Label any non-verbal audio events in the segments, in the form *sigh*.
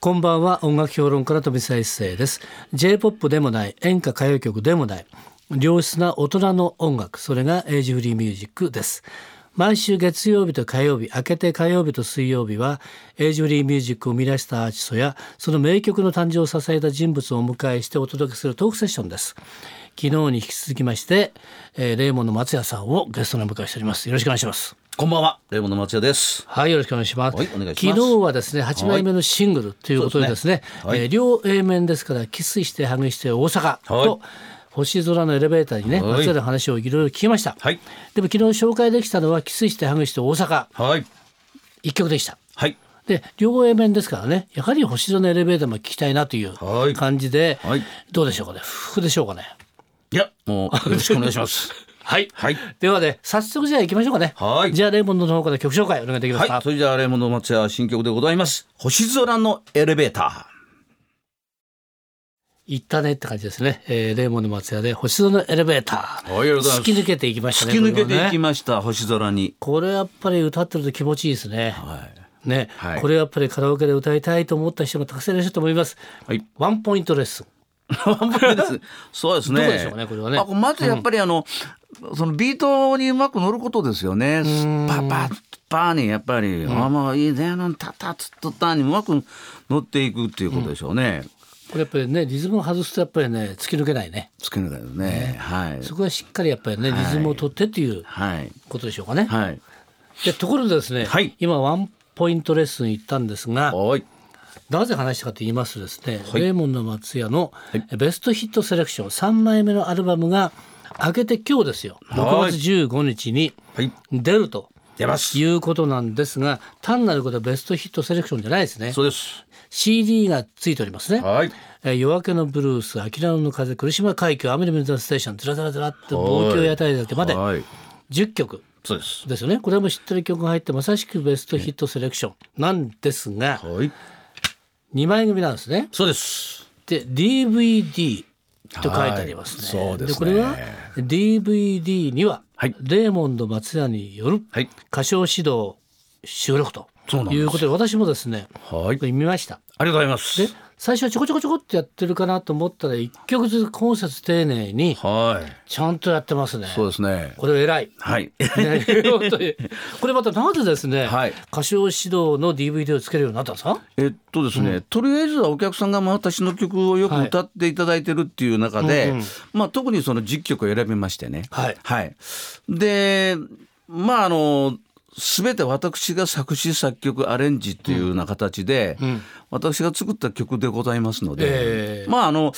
こんばんは音楽評論家の富澤一世です J-POP でもない演歌歌謡曲でもない良質な大人の音楽それがエイジフリーミュージックです毎週月曜日と火曜日明けて火曜日と水曜日はエイジフリーミュージックを生み出したアーティストやその名曲の誕生を支えた人物をお迎えしてお届けするトークセッションです昨日に引き続きまして、えー、レイモンの松也さんをゲストにお迎えしておりますよろしくお願いしますこんばんは、レモンの松也です。はい、よろしくお願いします。はいお願いします昨日はですね、8枚目のシングルということでですね、そうですねはえいー両 A 面ですから、キスしてハグして大阪はいと、星空のエレベーターにね、はい松屋の話をいろいろ聞きました。はいでも昨日紹介できたのは、キスしてハグして大阪、はい。一曲でした。はい。で、両 A 面ですからね、やはり星空のエレベーターも聞きたいなといはうい感じで、はいどうでしょうかね、不服でしょうかね。いや、もう、よろしくお願いします。はい。はい。ではね、早速じゃあ行きましょうかね。はいじゃあ、レイモンドの方から曲紹介お願いできますか。はい。それじゃあ、レモンの松也新曲でございます。星空のエレベータ行ったねって感じですね、えー、レイモンド松屋で星空のエレベーター、はいありがとうございます突き抜けていきましー。た突ねき抜けていこれきはねました、星空に。これやっぱり歌ってると気持ちいいですねはい。ね、はいこれやっぱりカラオケで歌いたいと思った人もたくさんいらっしゃると思いますはい。ワンポイントレッスンです。そうですね。どうでしょうねこれはねまあ、まずやっぱりあの、そのビートにうまく乗ることですよね。パッパッパーにやっぱり、あまあいいね、なんたたつっとったにうまく乗っていくっていうことでしょうね。これやっぱりねリズムを外すとやっぱりね突き抜けないね突き抜けですね。はい。そこはしっかりやっぱりねリズムを取ってっていうはい。ことでしょうかね、はい。でところでですね、はい今ワンポイントレッスン行ったんですがはい。なぜ話したかと言いますとですね、いレーモンの松屋のベストヒットセレクション3枚目のアルバムが明けて今日ですよは6い月15日にはい。出ると出ますいうことなんですが単なることはベストヒットセレクションじゃないですねそうです。 CD がついておりますね。はい。えー夜明けのブルース、秋らの風、苦しま海峡、雨の水のステーション、ずらずらずらって、望郷やたりだってまではい。 10曲そうです。ですよね。これも知ってる曲が入って、まさしくベストヒットセレクションなんですが、はい。 2枚組なんですね。そうです。で DVD と書いてありますね。はいそうですねこれは DVD には、はいレーモンド松屋によるはい。歌唱指導収録とそうなんでいすうことで私もですねはい。ありこがとれ見ました。うございますで。最初はちょこちょこちょこってやってるかなと思ったら一曲ずつコンセプト丁寧にはい。ちゃんとやってますね。そうですね。これ偉い。はい。 *laughs* ね本当にこれまたなぜですね、はい歌唱指導の DVD をつけるようになったんですかえっとですね、とりあえずはお客さんがまあ私の曲をよくはい歌っていただいてるっていう中で、まあ、特にその10曲を選びましてね。はいでまああの全て私が作詞作曲アレンジっていうような形で、私が作った曲でございますので、ええまああの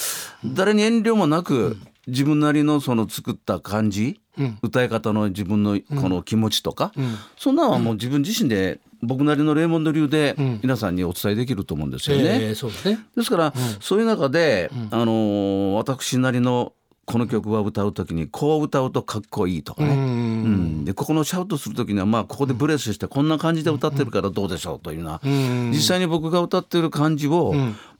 誰に遠慮もなく自分なりのその作った感じ、歌い方の自分のこの気持ちとか、そんなのはもう自分自身で僕なりのレーモンド流で皆さんにお伝えできると思うんですよね。えーそうですね。ですから、そういう中で、あのー私なりのこの曲は歌う時にこう歌うとかっこいいとかね、うんうんでここのシャウトする時にはまあここでブレスしてこんな感じで歌ってるからどうでしょうというような、ん実際に僕が歌ってる感じを、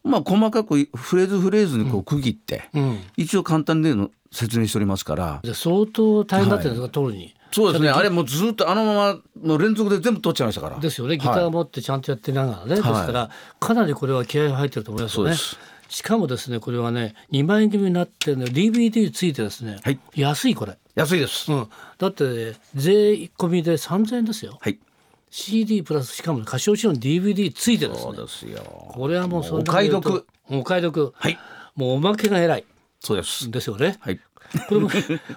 まあ細かくフレーズフレーズにこう区切って、うん一応簡単での説明しておりますからじゃあ相当大変だったんですか、撮るに。そうですねあれもうずっとあのままもう連続で全部撮っちゃいましたから。ですよねギター持ってちゃんとやってながらね、いですからかなりこれは気合が入ってると思いますよねそうしかもですねこれはね2枚組になってね DVD ついてですね、はい安いこれ、安いです、うん、だって、ね、税込みで3000円ですよはい CD プラスしかも歌唱指導の DVD ついてですそうねですよこれはもうそれお買い得だけ言うとお買い得はいもうおまけが偉いそうですですよねはいこれ *laughs* も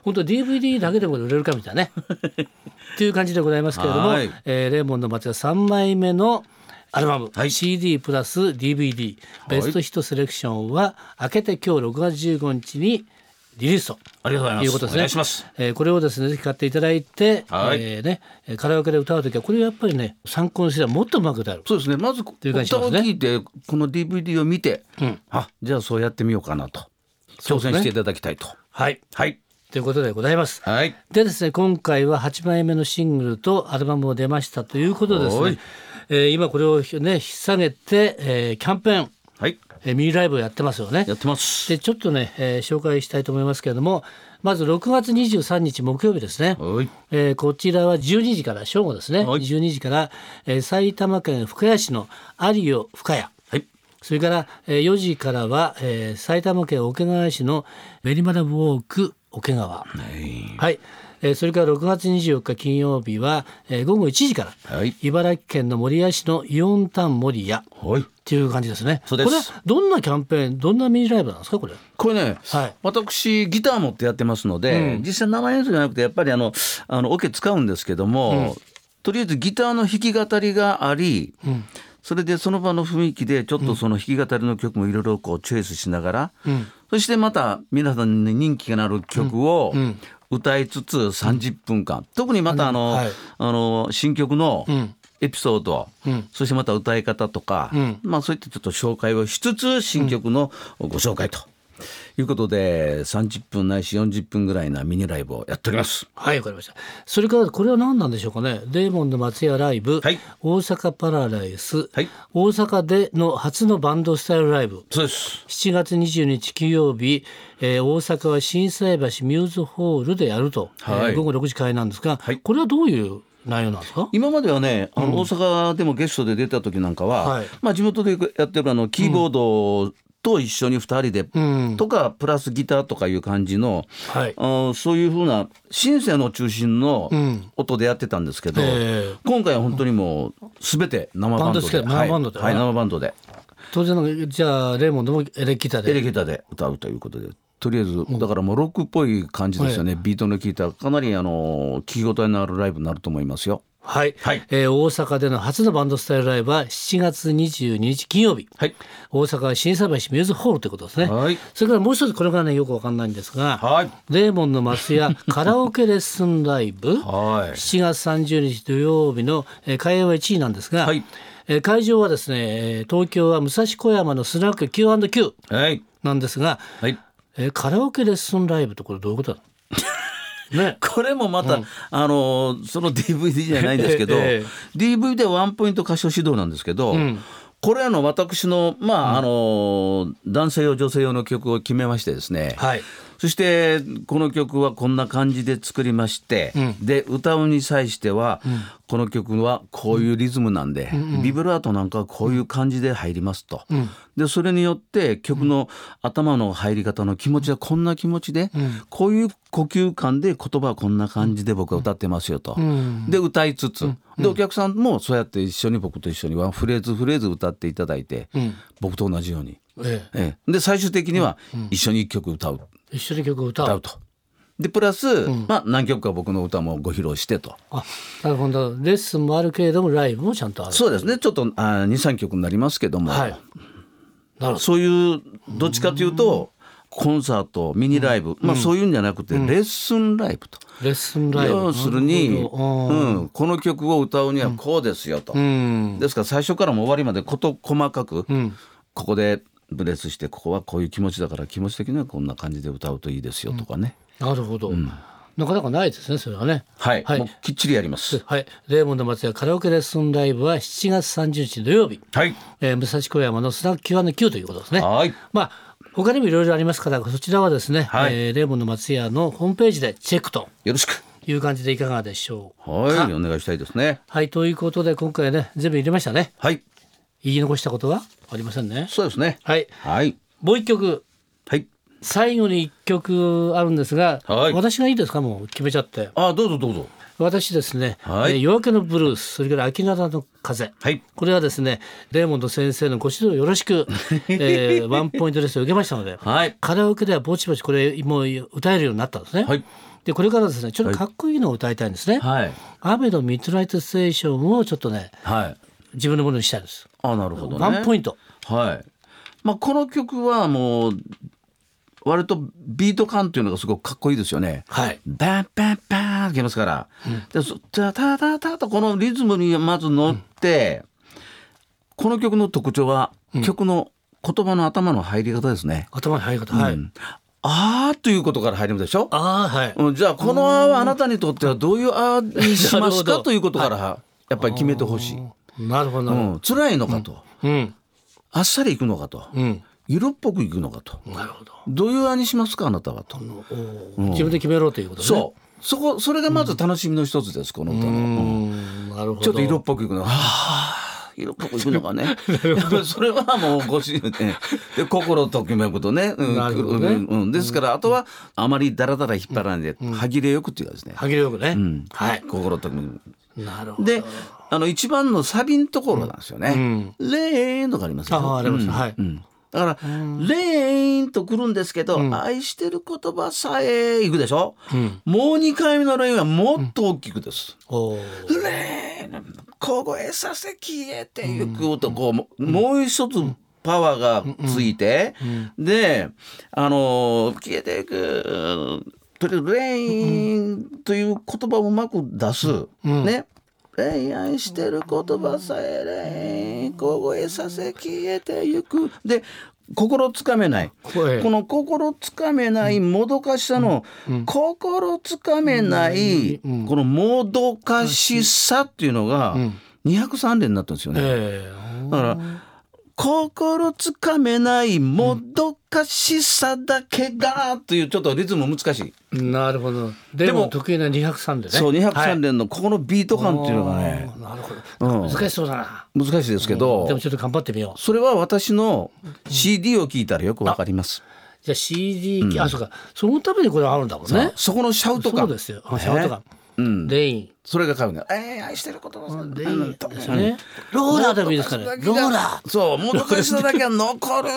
本当 DVD だけでも売れるかみたいなね。という感じでございますけれどもはい、えーレーモンの松屋3枚目のアルバム、はい CD プラス DVD ベストヒットセレクションは明けて今日6月15日にリリースと。ありがとうございますいうことですね。お願いしますえーこれをですね、ぜひ買っていただいて、はいえーね、えーカラオケで歌うときは、これをやっぱりね、参考にすればもっとうまく歌える。そうですね。まずいう感じし歌ますをね聞いてこの DVD を見て、んあじゃあそうやってみようかなとそう挑ですね戦していただきたいと。はい。はいということでございます。はいでですね今回は8枚目のシングルとアルバムも出ましたということでですはねい、えー今これをね引っ提げて、えーキャンペーン、はいえーミニライブをやってますよねや。ってます。でちょっとね、えー紹介したいと思いますけれどもまず6月23日木曜日ですね。はいえーこちらは12時から正午ですね、はい12時から、えー埼玉県深谷市の有オ深谷はいそれからえー4時からは、えー埼玉県桶川市のベリマダウォーク桶川。はいはい、えーそれから6月24日金曜日は、えー午後1時から、はい茨城県の守谷市のイオンタウン守谷はいっていう感じですね。そうですこれはどんなキャンペーン、どんなミニライブなんですかこれ。これね、はい私ギター持ってやってますので、うん実際生演奏じゃなくてやっぱりあのあのオケ使うんですけども、とりあえずギターの弾き語りがあり、それでその場の雰囲気でちょっとその弾き語りの曲もいろいろこうチョイスしながら、んそしてまた皆さんに人気がなる曲を歌いつつ30分間、特にまたあの,、はいあの新曲のんエピソード、うんそしてまた歌い方とか、んまあ、そういったちょっと紹介をしつつ新曲のご紹介ということで30分ないし40分ぐらいなミニライブをやっております。はい、わかりました。それからこれは何なんでしょうかね。デーモンの松屋ライブ、はい大阪パラダイス、はい大阪での初のバンドスタイルライブ。そうです7月22日金曜日、えー大阪は心斎橋ミューズホールでやると、はいえー午後6時開演なんですが、はいこれはどういう内容なんですか今まではね、あの大阪でもゲストで出た時なんかは、はいまあ、地元でやってるあのキーボードと一緒に2人で、うん。とかプラスギターとかいう感じの、はい。あそういうふうなシンセの中心のうん音でやってたんですけど、えー今回は本当にもう全て生ババンンドドでですけど生バンドではいはい生バンドで当然なんかじゃあレーモンでもエレキタエで。レキタで歌うということで。とりあえずだからもうロックっぽい感じですよね、ビートの効いたかなりあの聞き応えのあるライブになると思いますよはい、はいえー大阪での初のバンドスタイルライブは7月22日金曜日。はい大阪は心斎橋ミューズホールということですね。はいそれからもう一つこれがねよくわかんないんですが、はいデーモンの松屋カラオケレッスンライブはい7月30日土曜日のえー開演は1位なんですが、はいえー会場はですねえー東京は武蔵小山のスナック Q&Q はいなんですが、はいえーカラオケレッスンライブってこれどういうこと *laughs* だねこれもまた、あのその DVD じゃないんですけど、 *laughs* ええ DVD はワンポイント歌唱指導なんですけど、これあの私の,、まああの男性用女性用の曲を決めましてですね、はいそしてこの曲はこんな感じで作りまして、で歌うに際しては、この曲はこういうリズムなんで、ビブラートなんかはこういう感じで入りますと、でそれによって曲の頭の入り方の気持ちはこんな気持ちで、こういう呼吸感で言葉はこんな感じで僕は歌ってますよと、で歌いつつ、でお客さんもそうやって一緒に僕と一緒にワンフレーズフレーズ歌っていただいて、僕と同じように。えええ、で最終的には一緒に一曲歌う、え一緒に曲を歌う歌うと。でプラス、まあ、何曲か僕の歌もご披露してとあなるほどレッスンもあるけれどもライブもちゃんとあるそうですねちょっと23曲になりますけども、はいなるほどそういうどっちかというとコンサートミニライブ、まあ、そういうんじゃなくて、レッスンライブと。レッスンライブ要するに、なるほどうん、この曲を歌うにはこうですよと、うんですから最初からもう終わりまで事細かく、んここでブレスしてここはこういう気持ちだから気持ち的にはこんな感じで歌うといいですよとかね、なるほど、なかなかないですねそれはねはい、はいもうきっちりやります。はいレーモンド松屋カラオケレッスンライブは7月30日土曜日、はい、えー武蔵小山のスナック Q&Q ということですねはいまあ他にもいろいろありますからそちらはですね、はいえーレーモンド松屋のホームページでチェックとよろしく。いう感じでいかがでしょうかはい、お願いしたいですね。はいということで今回ね全部入れましたねはい、言い残したことはありませんねそうですね。はいはい、もう一曲はい。最後に一曲あるんですが、はい私がいいですかもう決めちゃってあ、どうぞどうぞ。私ですね、はいえー夜明けのブルースそれから秋灘の風、はい。これはですねレーモンド先生のご指導よろし *laughs* く、えーワンポイントレッスンを受けましたので、はい。カラオケではぼちぼちこれもう歌えるようになったんですね、はいでこれからですねちょっとかっこいいのを歌いたいんですね、はい。雨のミッドナイトステーションをちょっとねはい。自分のものにしたいですあ、なるほどね。ワンポインントト。はい。まあ、この曲はもう。割とビート感というのがすごくかっこいいですよね。はいバンバンバーンってきますから。で、そ、たたたたとこのリズムにまず乗って。この曲の特徴は、曲の言葉の頭の入り方ですね。頭に入り方はい、うんあーということから入るでしょ。ああはい、うん、じゃあこの「あ」はあなたにとってはどういう「あ」にしなるまほすどかということからやっぱり決めてほしい。なるほどなうるほん、辛いのかと、どうんあっさりいくのかと、うん、色っぽくいくのかと、なるほどどういう「あ」にしますかあなたはと。おー自分で決めろということねそうそこそれがまず楽しみの一つですこの歌の。ううんんなるほどちょっと色っぽくいくのはあ色濃くいくのが *laughs* ねそれはもうご主人でで心ときめくとね,、うんなるほどねうんうん、ですから、あとはあまりだらだら引っ張らないで、歯切れよくっていうかですね、歯切れよくね、うんはい心ときめくなるほどであの一番のサビのところなんですよね「レーン」とかありますよああありますねはいうんだから「レーン」と来るんですけど「愛してる言葉さえ」いくでしょもう2回目の「レーン」はもっと大きくですお「ーレーン」「凍えさせ消えてゆく」とこうももう一つパワーがついてであのー消えていくとりあえず「レーン」という言葉をうまく出すね恋愛してる言葉さえ恋凍えさせ消えてゆくで心つかめないええこの心つかめないもどかしさの心つかめないこのもどかしさっていうのが203連になったんですよね。ええだから心つかめないもどかしさだけがというちょっとリズム難しい。なるほどででもも得意な203でねそう203で連のここのビート感っていうのがね、なるほどうん、難しそうだな難しいですけどでもちょっと頑張ってみようそれは私の CD を聞いたらよくわかります。じゃあ CD、あそうかそのためにこれあるんだもんねそこのシャウトそ感うですよシャウト感うん、レインそれが買うんだよ。えー、愛してることもレインですよねローラーでもいいですかねローラー。そう、もどかしさだけは残る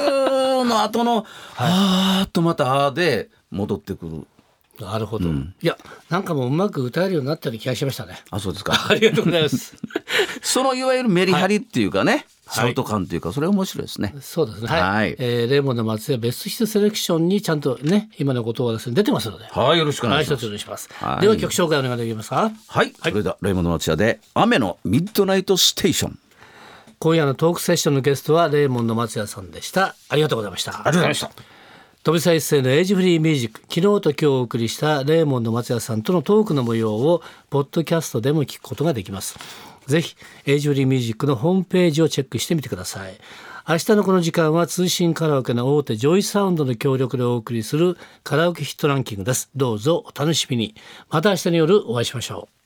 の後の、はーっとまたあーで戻ってくる。ーなるほど、いやなんかもううまく歌えるようになったような気がしましたねあ、そうですか。 *laughs* ありがとうございますそのいわゆるメリハリっていうかね、シャウト感っていうか、それは面白いですね。そうですねはい、はいえーレモンの松屋ベストヒットセレクションにちゃんとね今のことはですね出てますのではい、よろしくおは願いい、し一まつす。お願いします。はいでは曲紹介お願いできますか。はい、それでは、レモンの町屋で、雨のミッドナイトステーション。今夜のトークセッションのゲストはレーモンの松谷さんでした。ありがとうございました。ありがとうございました。飛び一世のエイジフリーミュージック昨日と今日お送りしたレーモンの松也さんとのトークの模様をポッドキャストでも聞くことができますぜひエイジフリーミュージックのホームページをチェックしてみてください明日のこの時間は通信カラオケの大手ジョイサウンドの協力でお送りするカラオケヒットランキングですどうぞお楽しみにまた明日の夜お会いしましょう